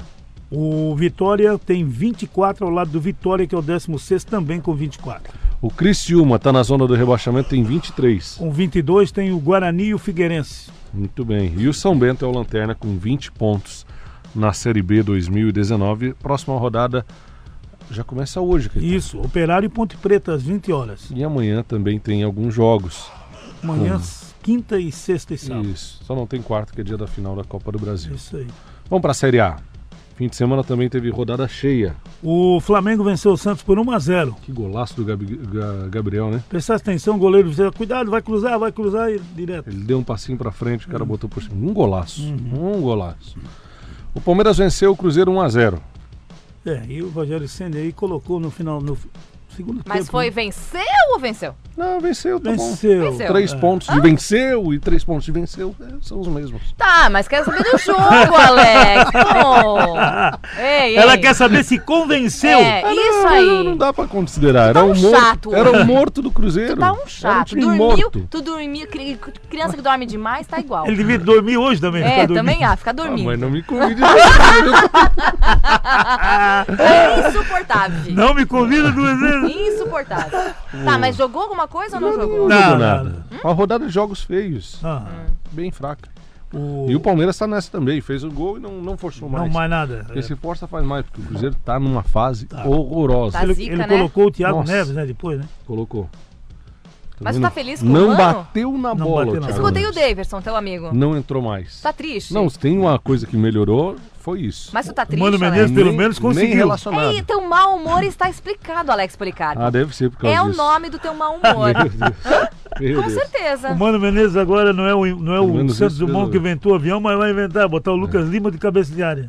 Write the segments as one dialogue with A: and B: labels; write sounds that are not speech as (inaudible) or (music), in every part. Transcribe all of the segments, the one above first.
A: O Vitória tem 24 ao lado do Vitória, que é o 16 também com 24.
B: O Criciúma tá na zona do rebaixamento, tem 23.
A: Com 22 tem o Guarani e o Figueirense.
B: Muito bem. E o São Bento é o Lanterna com 20 pontos na Série B 2019. Próxima rodada já começa hoje, Caetano.
A: Isso, Operário e Ponte Preta às 20 horas.
B: E amanhã também tem alguns jogos.
A: Manhã, quinta e sexta e sábado.
B: Isso. Só não tem quarto, que é dia da final da Copa do Brasil.
A: Isso aí.
B: Vamos para a Série A. Fim de semana também teve rodada cheia.
A: O Flamengo venceu o Santos por 1 a 0.
B: Que golaço do Gabi- Ga- Gabriel, né?
A: Prestasse atenção, o goleiro dizia, cuidado, vai cruzar, vai cruzar e direto.
B: Ele deu um passinho para frente, o
A: Uhum.
B: cara botou por cima. Um golaço, um golaço. O Palmeiras venceu o Cruzeiro 1 a 0.
A: É, e o Rogério Senna aí colocou no final, no segundo
C: Mas
A: tempo. né?
C: foi venceu ou venceu?
B: Não, venceu, tá
A: Venceu.
B: bom.
C: Venceu.
B: Três
A: É.
B: pontos
C: Ah.
B: de venceu e três pontos de venceu é, são os mesmos.
C: Tá, mas quero saber do jogo, Alex.
B: (laughs)
C: Pô. Ei,
A: Ela
C: ei.
A: quer saber se convenceu.
C: É,
B: Ah,
C: isso
B: não, Não,
C: aí.
B: não dá para considerar. Era
C: tá um
B: um, morto,
C: chato
B: Era
A: hoje.
B: um morto do Cruzeiro.
C: Tá um
B: Era um
C: chato.
B: time
C: dormiu,
B: morto.
C: tu dormiu. cri- Criança que dorme demais tá igual.
A: Ele devia dormir hoje também.
C: É,
A: ficar dormindo.
C: também há, fica
B: Ah,
C: dormindo.
B: mas não me
C: (laughs)
B: convide. não.
C: É insuportável, gente.
A: Não me convida duas vezes.
C: Insuportável. Tá, mas jogou alguma coisa ou não jogou?
B: Não,
A: Não, não,
B: jogou nada. Uma rodada de jogos feios,
A: Ah,
B: bem fraca.
A: o...
B: E o Palmeiras tá nessa também, fez o gol e não, não forçou
A: Não,
B: mais.
A: mais nada.
B: Porque se força faz mais, porque o Cruzeiro tá numa fase horrorosa.
C: Tá.
A: Ele,
C: zica,
A: ele
C: né?
A: colocou o Thiago
B: Nossa.
A: Neves, né, depois, né?
B: Colocou.
C: Mas
B: Também
C: você tá
B: não-
C: feliz com o
B: Não
C: Mano?
B: bateu na
A: Não
B: bola,
A: bateu na
B: Thiago
A: bola.
C: Escutei o
B: Nunes.
C: Daverson, teu amigo.
B: Não entrou mais.
C: Tá triste.
B: Não, se tem uma coisa que melhorou, foi isso.
C: Mas tu tá
A: O
C: triste,
A: Mano
C: Alex?
A: Menezes, pelo menos,
B: Nem
A: conseguiu.
B: relacionado.
C: Ei, teu mau humor está explicado, Alex Policarpo.
B: Ah, deve ser por causa
C: é o
B: disso. Ah,
C: nome do teu
B: (laughs)
C: mau humor. (laughs)
B: Meu Deus. Meu
C: Com
B: Deus.
C: certeza.
A: O Mano Menezes agora não é o, não é
B: Pelo
A: o
B: menos
A: Santos
B: isso
A: Dumont que
B: resolveu.
A: inventou o avião, mas vai inventar, botar o Lucas Lima de cabeça de área.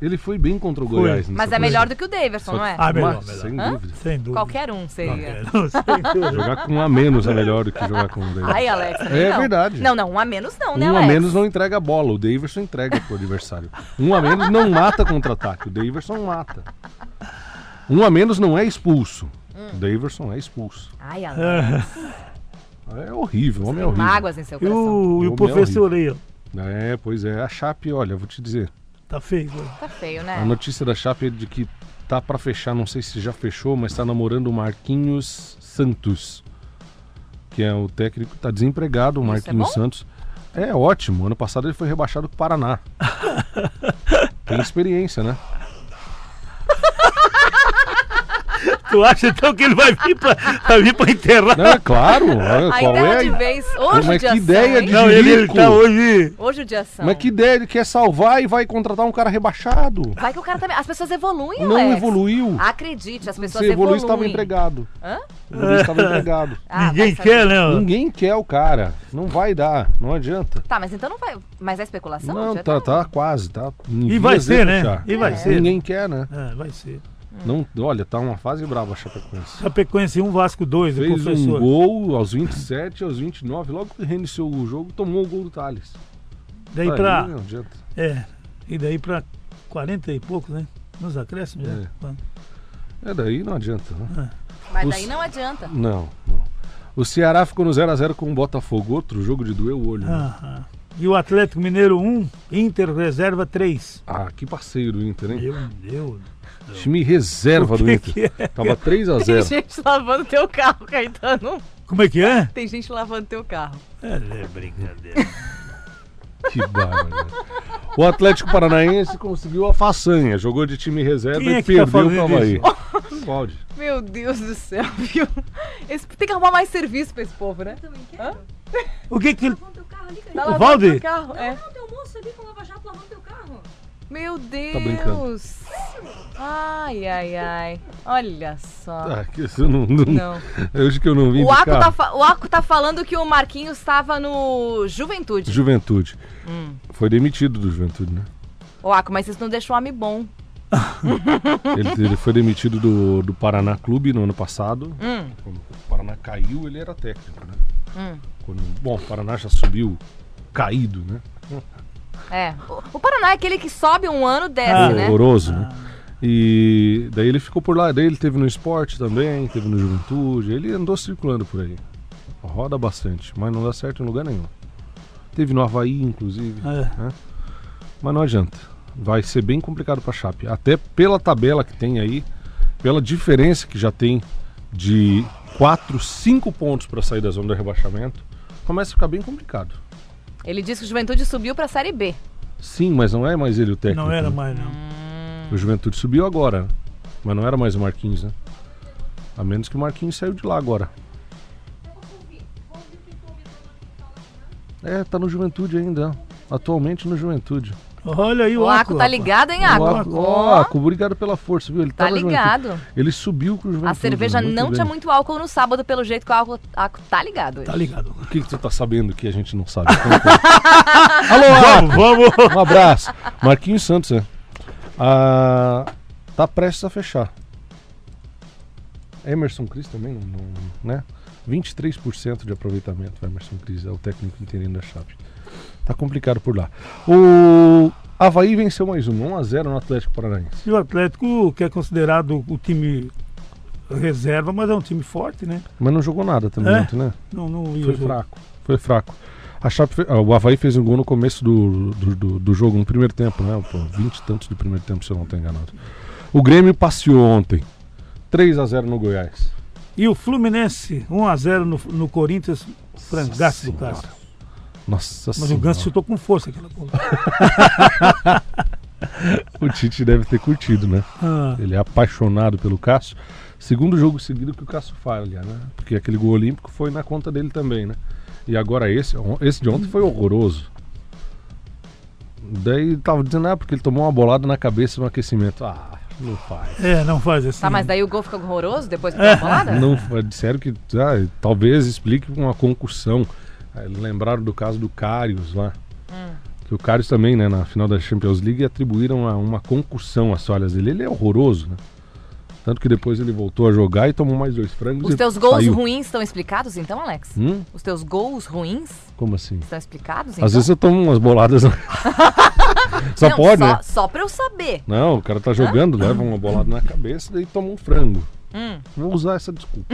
B: Ele foi bem contra o Goiás.
C: Mas é melhor do que o Daverson, não é?
A: Ah, melhor,
B: Mas,
A: melhor.
B: Sem
C: Hã?
B: dúvida.
A: Sem dúvida.
C: Qualquer um seria.
A: Qualquer um,
C: (laughs)
A: sem dúvida.
B: Jogar com um a menos é melhor do que jogar com um
C: Ai,
B: Davidson.
C: Alex.
B: É
C: não.
B: verdade.
C: Não, não, um a menos não, né,
B: Um a
C: Alex?
B: menos não entrega a bola, o Daverson entrega pro adversário. Um a menos não mata contra-ataque, o Daverson mata. Um a menos não é expulso.
C: Hum.
B: O Daverson é expulso.
C: Ai, Alex.
B: É horrível, o É. homem é horrível.
C: Mágoas em seu
A: E
C: coração.
A: o, e o
B: Homem é
A: professor aí, ó.
B: É, pois é. A Chape, olha, vou te dizer.
A: Tá feio. ó.
C: Tá feio, né?
B: A notícia da Chape é de que tá pra fechar, não sei se já fechou, mas tá namorando o Marquinhos Santos, que é o técnico, tá desempregado, o
C: Isso é
B: Marquinhos
C: bom?
B: Santos. É ótimo, ano passado ele foi rebaixado pro
C: (laughs)
B: Paraná. Tem experiência, né?
A: Tu acha então que ele vai vir pra, vai vir pra enterrar?
B: Não, é
C: (laughs)
B: claro, olha,
C: A
B: qual é
C: ideia
B: a
C: de vez. Hoje
B: Mas
C: o dia
B: que
C: são,
B: ideia
C: hein?
B: de-
A: Não, ele, ele
B: Jirico.
A: tá hoje.
C: Hoje o dia são.
B: Mas que ideia, ele quer salvar e vai contratar um cara rebaixado.
C: Vai que o cara também. As pessoas evoluem,
B: Não
C: Alex.
B: evoluiu.
C: Acredite, as pessoas
B: Se evoluiu,
C: evoluem.
B: estava empregado.
C: Hã?
B: Evoluiu, estava empregado.
C: (laughs) Ah,
A: Ninguém
C: vai saber.
A: quer, né? ó.
B: Ninguém quer o cara. Não vai dar, não adianta.
C: Tá, mas então não vai. Mas é especulação?
B: Não,
C: Já
B: tá, tá quase, tá. em
A: E vai
B: vias de
A: ser, né?
B: fechar.
A: E vai ser.
B: Ninguém quer, né?
A: É, vai ser.
B: Não, olha, tá uma fase brava a Chapecoense.
A: Chapecoense 1, Vasco 2, o
B: Fez um
A: professor.
B: gol aos 27, aos 29, logo que reiniciou o jogo, tomou o gol do Thales.
A: Daí
B: Aí
A: pra.
B: Não adianta.
A: É, e daí pra 40 e poucos, né? Nos acréscimos, né?
B: É, daí não adianta, né?
C: tá- Mas daí
B: Os-
C: não adianta.
B: Não, não. O Ceará ficou no 0x0 com o Botafogo, outro jogo de doer o olho. né?
A: Aham. E o Atlético Mineiro 1, Inter reserva 3.
B: Ah, que parceiro do Inter, hein?
A: Meu Deus.
B: Time reserva do
A: que
B: Inter.
A: que é?
B: Tava 3x0.
C: Tem gente lavando teu carro, Caetano.
A: Como é que é?
C: Tem gente lavando teu carro.
A: É, é brincadeira.
B: Que bárbaro. O Atlético Paranaense conseguiu a façanha, jogou de time reserva
A: Quem
B: e
A: é que tá
B: perdeu
A: fazendo
B: o Cavaí.
A: isso?
B: Não pode.
C: Meu Deus do céu, (laughs) viu? Esse- tem que arrumar mais serviço pra esse povo, né?
D: Também quero.
C: Hã?
A: O que que ele.
D: Lavando teu carro ali, cara.
C: Tá
A: O
C: lavando
A: Valde?
C: teu carro, é.
D: Não, tem um moço ali com lava jato lavando teu carro.
C: Meu
B: Tá brincando.
C: Deus. ai, ai, ai. Olha só.
B: Ah, que isso não, não,
C: Não.
B: Eu acho que eu não (laughs) vim
C: O
B: de
C: Aco,
B: carro.
C: tá, fa- o Aco tá falando que o Marquinhos estava no Juventude.
B: Juventude.
C: Hum.
B: Foi demitido do Juventude, né?
C: O Aco, mas isso não deixa o homem bom. (laughs)
B: Ele, ele foi demitido do, do Paraná Clube no ano passado.
C: Hum.
B: Quando o Paraná caiu, ele era técnico, né?
C: Hum.
B: Quando, bom, o Paraná já subiu caído, né?
C: É. O, o Paraná é aquele que sobe um ano, desce,
A: Ah.
C: né?
B: Horroroso, né? E daí ele ficou por lá. Daí ele teve no esporte também, teve no juventude. Ele andou circulando por aí. Roda bastante, mas não dá certo em lugar nenhum. Teve no Havaí, inclusive.
A: É.
B: Mas não adianta. Vai ser bem complicado para Chape. Até pela tabela que tem aí, pela diferença que já tem de 4, 5 pontos para sair da zona do rebaixamento, começa a ficar bem complicado.
C: Ele disse que o Juventude subiu pra Série B.
B: Sim, mas não é mais ele o técnico.
A: Não era
B: né?
A: mais, não.
B: O Juventude subiu agora, mas não era mais o Marquinhos, né? A menos que o Marquinhos saiu de lá agora. É, tá no Juventude ainda. ó. Atualmente no Juventude.
A: Olha aí o,
C: O Aco tá
A: rapaz.
C: ligado, hein,
B: Ó,
C: Aco?
B: ó,
C: Ó,
B: Aco, obrigado pela força, viu? Ele tá,
C: Tá
B: na Juventude.
C: ligado.
B: Ele subiu com o Juventude.
C: A cerveja
B: muito
C: não
B: bem.
C: tinha muito álcool no sábado, pelo jeito que o álcool, Aco tá ligado hoje.
A: Tá ligado.
B: O que, que tu tá sabendo que a gente não sabe?
A: (laughs)
B: Então, tá. Alô,
A: Vamos!
B: Aco, um abraço. Marquinhos Santos, é. Ah, tá prestes a fechar. Emerson Cris também, não, não- né? 23% de aproveitamento, o Emerson Cris é o técnico interino da Chape. Tá complicado por lá. O Havaí venceu mais um, 1x0 no Atlético Paranaense.
A: E o Atlético, que é considerado o time reserva, mas é um time forte, né?
B: Mas não jogou nada também,
A: É?
B: ontem, né?
A: Não, não ia
B: Foi
A: jogar.
B: fraco. Foi fraco. A Chape fe- ah, o Havaí fez um gol no começo do, do, do- do jogo, no primeiro tempo, né? Pô, 20 e tantos do primeiro tempo, se eu não estou enganado. O Grêmio passeou ontem. 3 a 0 no Goiás.
A: E o Fluminense, 1x0 no, no Corinthians, frangaço do
B: Senhora.
A: Cássio.
B: Nossa
A: Mas o
B: Senhora.
A: Ganso chutou com força aquela
B: (laughs)
A: bola.
B: O Tite deve ter curtido, né?
A: Ah,
B: Ele é apaixonado pelo Cássio. Segundo jogo seguido que o Cássio falha, né? Porque aquele gol olímpico foi na conta dele também, né? E agora esse, on- esse de ontem foi horroroso. Daí tava dizendo, ah, porque ele tomou uma bolada na cabeça no aquecimento. Ah, não faz.
A: é, não faz assim.
C: Tá, mas daí o gol fica horroroso depois que dá a bolada?
B: É, Não, fa- disseram que ah, talvez explique uma concussão. Aí lembraram do caso do Carius lá.
C: Hum.
B: Que o Carius também, né, na final da Champions League, atribuíram a uma concussão às falhas dele. Ele é horroroso, né? Tanto que depois ele voltou a jogar e tomou mais dois frangos.
C: Os
B: e
C: teus gols
B: saiu.
C: ruins estão explicados então, Alex?
B: Hum?
C: Os teus gols ruins
B: Como assim?
C: estão explicados então?
B: Às vezes eu tomo
C: (laughs)
B: umas boladas. na- só
C: Não,
B: pode,
C: só,
B: né?
C: só pra eu saber.
B: Não, o cara tá jogando, leva uma bolada na cabeça daí toma um frango.
C: Hum.
B: Vou usar essa desculpa.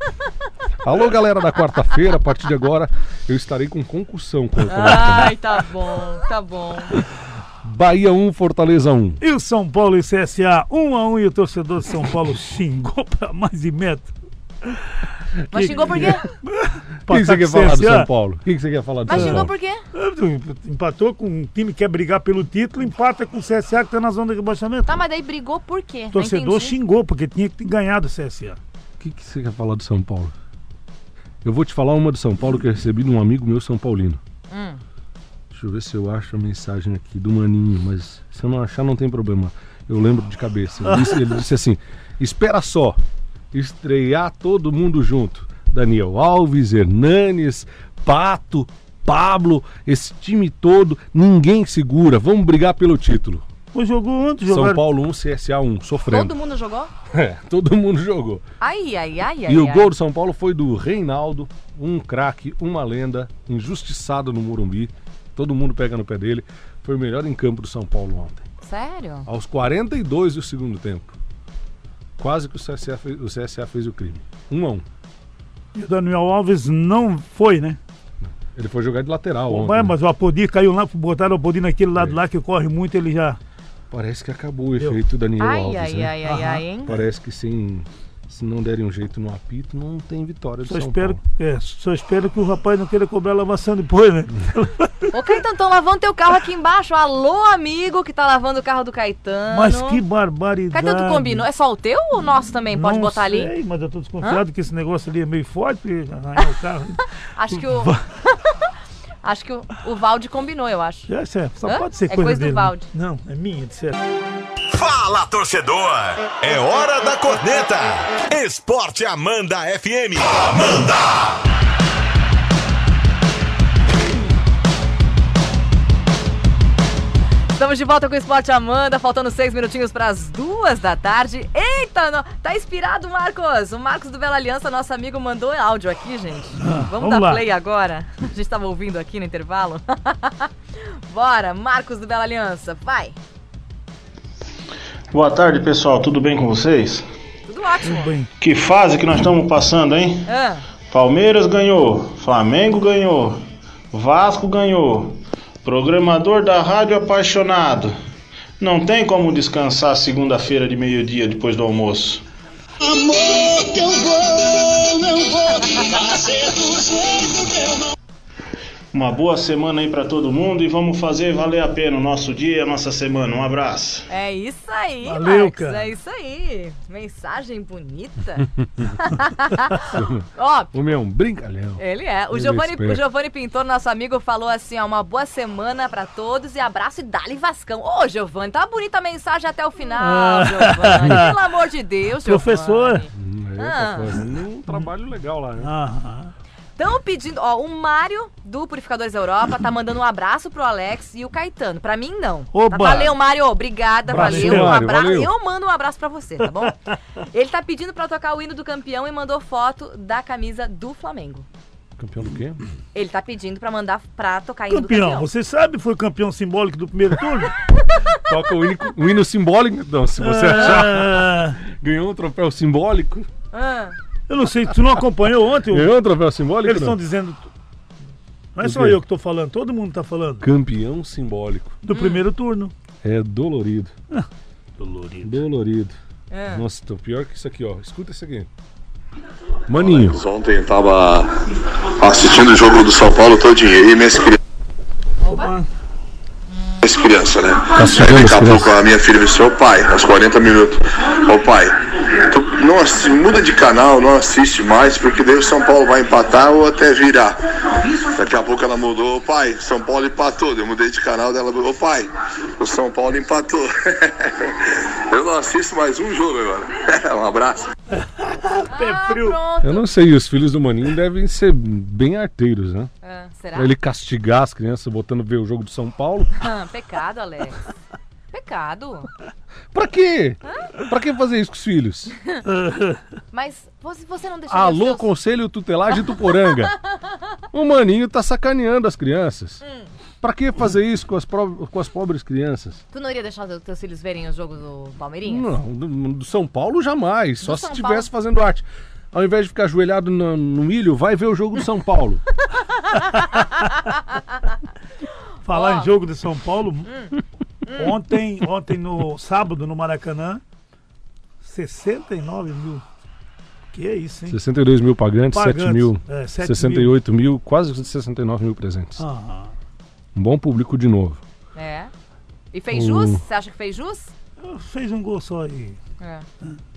B: (laughs) Alô, galera da quarta-feira, a partir de agora eu estarei com concussão. Quando eu falar.
C: Ai, tá bom, tá bom.
B: Bahia 1, Fortaleza 1.
A: E o São Paulo e CSA, 1x1 e o torcedor de São Paulo xingou pra mais de meta.
C: (laughs) Mas xingou por quê?
B: O que que
A: Empatar
B: você quer
A: com o
B: falar do
A: CSA.
B: São Paulo? O que que você quer falar do
C: Mas
B: São
C: xingou
B: Paulo?
C: por quê?
A: Empatou com um time que quer brigar pelo título, empata com o CSA que tá na zona de rebaixamento.
C: Tá, mas daí brigou por quê? Não
A: O torcedor
C: entendi.
A: xingou porque tinha que ter ganhado o CSA.
B: O que, que você quer falar do São Paulo? Eu vou te falar uma do São Paulo que eu recebi de um amigo meu São Paulino.
C: Hum.
B: Deixa eu ver se eu acho a mensagem aqui do Maninho, mas se eu não achar não tem problema. Eu lembro de cabeça. Ele disse, ele disse assim: espera só, estrear todo mundo junto. Daniel Alves, Hernanes, Pato, Pablo, esse time todo, ninguém segura. Vamos brigar pelo título.
A: Pô, jogou ontem,
B: São
A: jogaram.
B: Paulo 1, CSA 1, sofrendo.
C: Todo mundo jogou?
B: (laughs) É, todo mundo jogou.
C: Ai, ai, ai, ai.
B: E o
C: ai.
B: gol do São Paulo foi do Reinaldo, um craque, uma lenda, injustiçado no Morumbi. Todo mundo pega no pé dele. Foi o melhor em campo do São Paulo ontem.
C: Sério?
B: Aos 42 do segundo tempo. Quase que o CSA fez o, CSA fez o crime. Um a um.
A: E o Daniel Alves não foi, né?
B: Ele foi É. jogar de lateral ontem. né?
A: Ué, mas o Apodi caiu lá, botaram o Apodi naquele lado lá que corre muito, ele já.
B: Parece que acabou o
A: Deu.
B: efeito Daniel
C: Ai,
B: Alves,
C: ai,
B: né?
C: ai, ai, ai, hein?
B: Parece que sem Se não derem um jeito no apito, não tem vitória do
A: Só
B: São
A: espero,
B: Paulo.
A: é, só espero que o rapaz não queira cobrar lavação depois, né?
C: Ô, Caetano, estão lavando teu carro aqui embaixo. Alô, amigo que tá lavando o carro do Caetano.
A: Mas que barbaridade.
C: Caetano, tu combinou? É só o teu ou o nosso também? Pode
A: Não
C: botar ali?
A: sei, mas eu tô desconfiado que esse negócio ali é meio forte pra arranhar o carro.
C: Acho que
B: (laughs)
C: o. (laughs) acho que o, o Valde combinou, eu acho.
A: Essa é, só
C: Hã?
A: pode ser
C: É
A: coisa,
C: coisa do
A: dele, né?
C: balde.
A: Não, é minha, de certo.
E: Fala torcedor, é hora da corneta. Esporte Amanda FM. Amanda!
C: Estamos de volta com o Esporte Amanda, faltando seis minutinhos para as duas da tarde. Eita, no- tá inspirado, Marcos? O Marcos do Bela Aliança, nosso amigo, mandou áudio aqui, gente. vamos
A: Ah, vamos
C: dar
A: lá.
C: play agora? (laughs) A gente estava ouvindo aqui no intervalo. (laughs) Bora, Marcos do Bela Aliança, vai.
F: Boa tarde, pessoal. Tudo bem com vocês?
C: Tudo ótimo.
A: Bem,
F: Que fase que nós estamos passando, hein?
C: Ah,
F: Palmeiras ganhou, Flamengo ganhou, Vasco ganhou. Programador da rádio apaixonado. Não tem como descansar segunda-feira de meio-dia depois do almoço.
G: Amor, que eu vou, não vou fazer do jeito que eu não
F: Uma boa semana aí pra todo mundo e vamos fazer valer a pena o nosso dia e a nossa semana. Um abraço.
C: é isso aí,
A: Valeu,
C: Marcos.
A: cara.
C: É isso aí. Mensagem
A: (laughs)
C: bonita. (laughs) Ó,
B: O meu é um brincalhão.
C: Ele é. O
B: Ele
C: Giovanni,
B: é esperto.
C: o Giovanni Pintor, nosso amigo, falou assim: ó, uma boa semana pra todos e abraço e dá-lhe Vascão. Ô, Giovanni, tá bonita a mensagem até o final,
A: Ah. (laughs)
C: Giovanni. Pelo amor de Deus, Giovanni.
A: Professor.
B: Hum, é,
C: Ah.
B: tá fazendo um trabalho legal lá. Né?
A: ah,
C: Estão pedindo, ó, o Mário do Purificadores Europa tá mandando um abraço pro Alex e o Caetano. Pra mim, não.
A: Oba!
C: Tá, valeu, Mário. Obrigada,
A: Abraço,
C: valeu. Um
B: Mário,
C: abraço.
B: valeu.
C: Eu mando um abraço pra você, tá bom? Ele tá pedindo pra tocar o hino do campeão e mandou foto da camisa do Flamengo.
A: Ah.
B: Campeão do quê?
C: Ele tá pedindo pra mandar pra tocar hino do
A: campeão,
C: campeão.
A: você sabe que foi campeão simbólico do primeiro
C: (laughs)
A: turno?
B: Toca o hino, o hino simbólico. Não, se você achar,
C: É.
A: Ah,
B: ganhou um troféu simbólico.
C: Ah.
A: eu não sei, tu não acompanhou ontem? o-
B: Ganhou um troféu simbólico?
A: Eles
B: não?
A: estão dizendo. Não é
B: O
A: só
B: quê?
A: eu que tô falando, todo mundo tá falando.
B: Campeão simbólico.
A: Do
C: Hum.
A: primeiro turno.
B: É dolorido.
A: Ah. Dolorido.
B: Dolorido.
C: É.
B: Nossa, então pior que isso aqui, ó. Escuta isso aqui. Maninho.
H: Ontem tava assistindo o jogo do São Paulo todinho, eu e minhas, cri- minhas crianças, né?
B: sugando
H: Aí
B: Tá as
H: daqui a
B: crianças.
H: pouco a minha filha disse, ô pai, aos 40 minutos, ô pai, tu não assi- muda de canal, não assiste mais, porque daí o São Paulo vai empatar ou até virar. Daqui a pouco ela mudou, ô pai, São Paulo empatou, eu mudei de canal dela, ô pai, o São Paulo empatou. (laughs) eu não assisto mais um jogo agora. (laughs) um abraço.
A: Pé
C: Ah,
A: frio.
C: Pronto.
B: Eu não sei, os filhos do Maninho devem ser bem arteiros, né?
C: Ah, será?
B: Pra ele castigar as crianças botando ver o jogo do São Paulo.
C: Ah, pecado, Alex. Pecado.
B: Pra quê? Pra que fazer isso com os filhos?
C: Mas você, você não deixaria
B: Alô,
C: seus...
B: Conselho Tutelar de Tuporanga. o Maninho tá sacaneando as crianças.
C: Hum.
B: Pra que fazer isso com as, pro- com as pobres crianças?
C: Tu não iria deixar os teus filhos verem o jogo do Palmeirinhas?
B: Não, do, do São Paulo jamais. Só
C: Do
B: se
C: São
B: estivesse fazendo arte. Ao invés de ficar ajoelhado no, no milho, vai ver o jogo do
C: (laughs)
B: São Paulo.
A: Falar
C: Ó. Hum.
A: em jogo de São Paulo. Ontem, ontem no sábado, no Maracanã, 69 mil. Que é isso, hein?
B: 62 mil pagantes,
A: Pagantes,
B: 7 mil.
A: é, 7
B: 68 mil. quase 69 mil presentes.
A: Ah,
B: Um bom público de novo.
C: É. E fez
B: O-
C: jus? Você acha que fez jus?
A: fez um gol só aí.
C: É.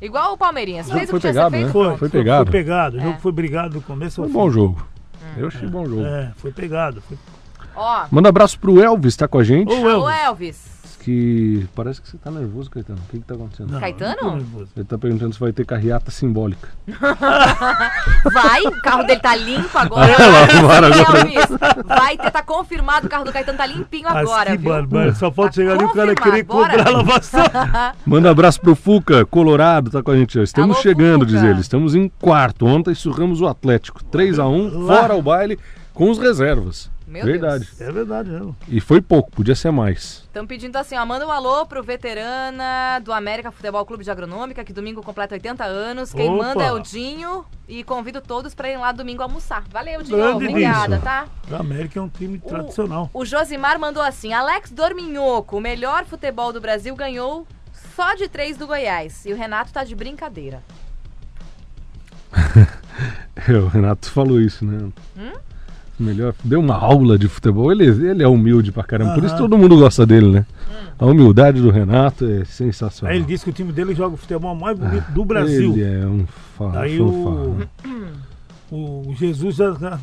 C: Igual o Palmeirinhas.
B: jogo
C: Fez o
B: foi
C: que tinha que ser
B: pegado,
C: feito?
A: Foi,
B: né? Foi pegado.
A: Foi pegado. O
C: É.
A: jogo foi brigado do começo ao
B: Foi um
A: fim.
B: bom jogo.
C: Hum.
B: Eu achei bom jogo.
A: É, foi pegado. Foi...
C: Ah, Ó,
B: Manda abraço pro Elvis, tá com a gente.
A: Ô,
C: o
A: Elvis.
C: Elvis.
B: Que parece que você tá nervoso, Caetano. O que que tá acontecendo?
A: Não,
C: Caetano?
A: eu tô nervoso.
B: Ele tá perguntando se vai ter carreata simbólica.
C: Vai, o carro dele tá
B: (laughs)
C: limpo agora.
B: agora,
C: Elvis, vai ter, tá confirmado. O carro do Caetano tá limpinho
A: Mas
C: agora,
A: Ah, que
C: viu?
A: barbárie. Só falta
C: Tá
A: chegar ali e o cara
C: confirmado,
A: querer
C: bora.
A: cobrar a
C: (laughs)
A: lavação.
B: Manda um abraço pro Fuca, Colorado, tá com a gente. ó. Estamos
C: Alô,
B: chegando,
C: Fuca.
B: diz ele. Estamos em quarto. Ontem surramos o Atlético. 3 a 1
A: Lá.
B: fora o baile, com os reservas.
C: Meu
B: Verdade.
C: Deus.
A: É verdade, mesmo.
B: E foi pouco, podia ser mais. (laughs)
C: Estão pedindo assim, ó, manda um alô pro veterana do América Futebol Clube de Agronômica, que domingo completa 80 anos. Quem
A: Opa!
C: manda é o Dinho e convido todos pra ir lá domingo almoçar. Valeu, Dinho.
A: Grande
C: Obrigada,
B: Dinho.
C: tá?
A: O América é um time
C: O-
A: tradicional.
C: O Josimar mandou assim: Alex Dorminhoco, o melhor futebol do Brasil, ganhou só de três do Goiás. E o Renato tá de brincadeira.
B: o Renato falou isso, né?
C: Hum?
B: Melhor, deu uma aula de futebol. Ele, ele é humilde pra caramba, por isso
A: Aham.
B: todo mundo gosta dele, né?
C: Hum.
B: A humildade do Renato é sensacional.
A: Aí ele disse que o time dele joga o futebol mais bonito do Brasil.
B: Ele é um fa-
A: Daí
B: fanfarrão.
A: o- O Jesus. é, né? já-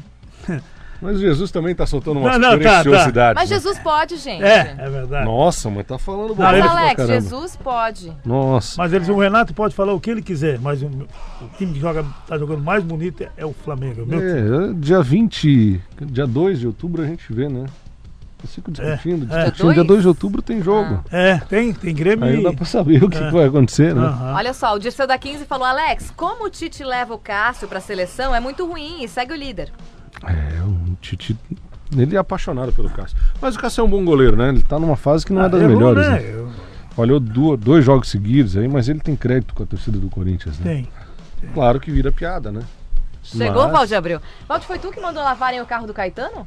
A: já-
B: Mas Jesus também tá soltando umas
A: Não, não, tá, tá.
B: preciosidades.
C: Mas
B: né?
C: Jesus pode, gente.
A: É, é verdade.
B: Nossa, mas tá falando
A: Não,
C: Mas,
A: ele-
B: pra
C: Alex,
B: caramba.
C: Jesus pode.
B: Nossa.
A: Mas eles, o Renato pode falar o que ele quiser, mas o, o time que joga, tá jogando mais bonito é o Flamengo. Meu time.
B: É, dia 20, dia 2 de outubro a gente vê, né? Eu fico discutindo,
A: é.
B: discutindo.
C: Dia
B: Dia 2
C: dois? Ah.
B: de outubro tem jogo.
A: É, tem, tem Grêmio
B: Aí
A: e-
B: dá pra saber o que, que vai acontecer, né?
A: É. Aham.
C: Olha só, o Dirceu da 15 falou: Alex, como o Tite leva o Cássio pra seleção é muito ruim e segue o líder.
B: É, o Titi. Ele é apaixonado pelo Cássio. Mas o Cássio é um bom goleiro, né? Ele tá numa fase que não é das
A: Errou,
B: melhores.
A: né?
B: Né? Olhou du- dois jogos seguidos aí, mas ele tem crédito com a torcida do Corinthians, né?
A: Tem.
B: Claro que vira piada, né?
C: Chegou,
B: Mas-
C: Valde Abreu. Valde, foi tu que mandou lavarem o carro do Caetano?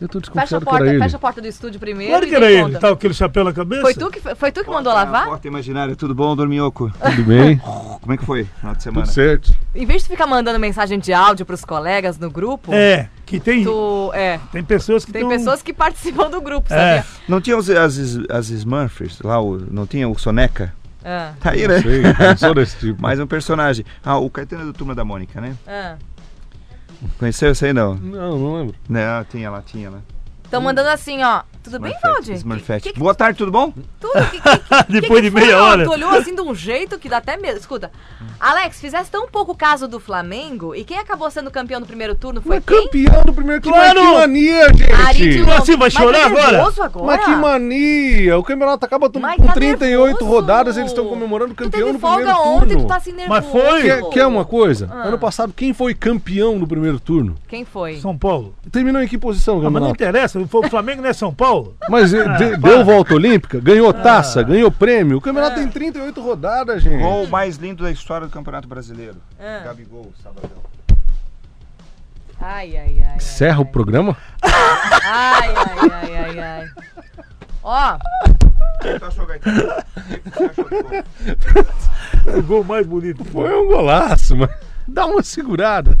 B: Eu tô
C: Fecha a
B: desconfiado que
C: porta,
B: era ele.
C: fecha a porta do estúdio primeiro.
A: Claro
C: e
A: que era
C: me
A: ele,
C: conta.
A: tá com aquele chapéu na cabeça.
C: Foi tu que, foi tu que mandou lavar?
I: Porta imaginária, tudo bom, Dorminhoco?
B: Tudo bem?
C: (laughs)
I: Como é que foi no final de semana?
B: Tudo certo.
C: Em vez de ficar mandando mensagem de áudio pros colegas no grupo,
A: É, Então- que tem,
C: tu. É.
A: tem pessoas que
C: Tem
A: tão-
C: pessoas que participam do grupo,
A: É.
C: sabia?
I: Não tinha os, as, as, Smurfers lá, o- não tinha o Soneca?
A: É.
C: Ah,
I: Tá aí, né?
B: Sei, eu sou
C: (laughs)
B: desse tipo.
I: Mais um personagem. Ah, o Caetano é do Turma da Mônica, né?
C: ah.
I: Conheceu isso aí, não?
B: Não, não é lembro.
I: Não, tinha lá, tinha lá.
C: Tão mandando assim, ó. Tudo bem, Valde?
I: Smurfette.
C: Que- que-
I: Boa tarde, tudo bom?
C: Tudo que, que, que-
A: (laughs) Depois
C: que
A: de
C: foi,
A: meia
C: ó?
A: hora.
C: Tu olhou assim de um jeito que dá até medo. Escuta, Alex, fizesse tão pouco caso do Flamengo e quem acabou sendo campeão no primeiro turno foi
B: Mas
C: quem?
B: campeão do primeiro turno.
A: Claro!
B: Mas que mania, gente!
C: Ari de
A: Mas
C: Lom-
A: assim, vai
C: Mas tá
A: chorar agora?
C: nervoso agora?
B: Mas que mania! O campeonato acaba com
C: Mas tá
B: 38
C: nervoso.
B: rodadas, eles estão comemorando o campeão
C: Tu teve
B: no
C: folga
B: primeiro
C: ontem,
B: turno.
C: tu tá assim nervoso.
A: Mas foi?
B: Quer, quer uma coisa?
C: Ah.
B: Ano passado, quem foi campeão do primeiro turno?
C: Quem foi?
A: São Paulo.
B: Terminou em que posição,
A: Ah, mas não
B: campeonato?
A: interessa, o Flamengo não é São
B: (laughs)
A: Paulo?
B: Mas eh, de- deu volta olímpica, ganhou taça, ganhou prêmio. O
C: Ah.
B: campeonato tem 38 rodadas, gente.
I: Gol mais lindo da história do Campeonato Brasileiro.
B: um
C: Ah.
I: Gabigol, sabadão.
C: Ai, ai, ai, ai.
B: Encerra o programa? um
C: Ai, ai, ai, ai, ai. Ó,
I: Tu achou, Caetano? O que você achou do gol?
A: O gol mais bonito.
B: Foi um golaço, mas dá uma segurada. (laughs)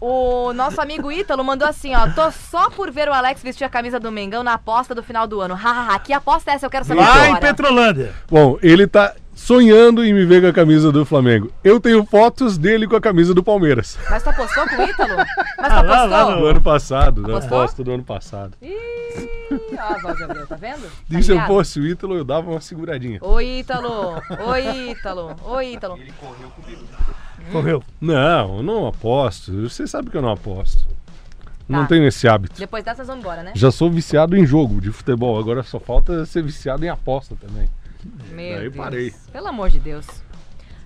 C: o nosso amigo Ítalo mandou assim, ó. Tô só por ver o Alex vestir a camisa do Mengão na aposta do final do ano. Hahaha, que aposta é essa? Eu quero saber
A: Lá Ah, em
C: agora.
A: Petrolândia.
B: Bom, ele tá sonhando em me ver com a camisa do Flamengo. Eu tenho fotos dele com a camisa do Palmeiras.
C: Mas tu apostou com o Ítalo? Mas tu
A: (laughs) Ah, lá, lá
C: apostou?
B: Do ano passado, da
C: Apostou?
B: aposta do ano passado.
C: Ih, ó, a voz de Abreu, tá vendo? Tá
B: E se eu
C: ligado?
B: fosse o Ítalo, eu dava uma seguradinha.
C: Oi, Ítalo. Oi, Ítalo. Oi, Ítalo. Hum.
A: Correu.
B: Não, eu não aposto. Você sabe que eu não aposto. Não
C: Tá.
B: tenho esse hábito.
C: Depois dessa, nós vamos embora, né?
B: Já sou viciado em jogo de futebol, agora só falta ser viciado em aposta também.
C: Meu
B: Daí
C: Deus.
B: parei.
C: Pelo amor de Deus.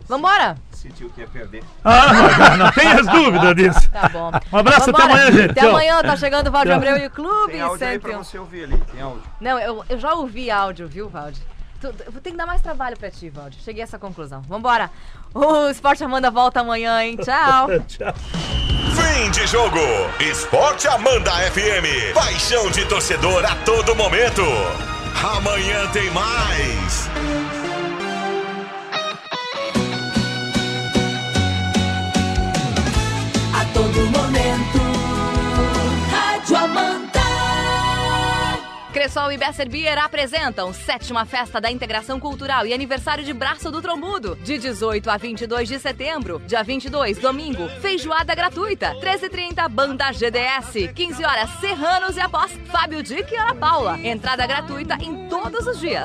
C: Vambora?
I: Sentiu que ia perder.
A: Ah, mas não tem as dúvidas disso.
C: Tá bom.
A: (laughs) Um abraço,
C: Vambora.
A: até amanhã, gente.
C: Até
A: Tchau.
C: amanhã, tá chegando o Valdir
A: Tchau.
C: Abreu e o Clube.
I: Tem áudio aí
C: 101.
I: pra você ouvir ali, tem áudio.
C: Não, eu, eu já ouvi áudio, viu, Valdir? Tu- tu- Eu vou ter que dar mais trabalho pra ti, Valdir. Cheguei a essa conclusão. Vambora. O Esporte Amanda volta amanhã, hein?
A: (laughs)
C: Tchau.
E: Fim de jogo. Esporte Amanda FM. Paixão de torcedor a todo momento. Amanhã tem mais.
J: A todo momento, Rádio Amanda.
C: Cressol e Besser Beer apresentam sétima festa da integração cultural e aniversário de braço do trombudo, de 18 a 22 de setembro. Dia 22, domingo, feijoada gratuita, 13h30, banda GDS, 15 horas, Serranos e após Fábio Dick e Ana Paula. Entrada gratuita em todos os dias.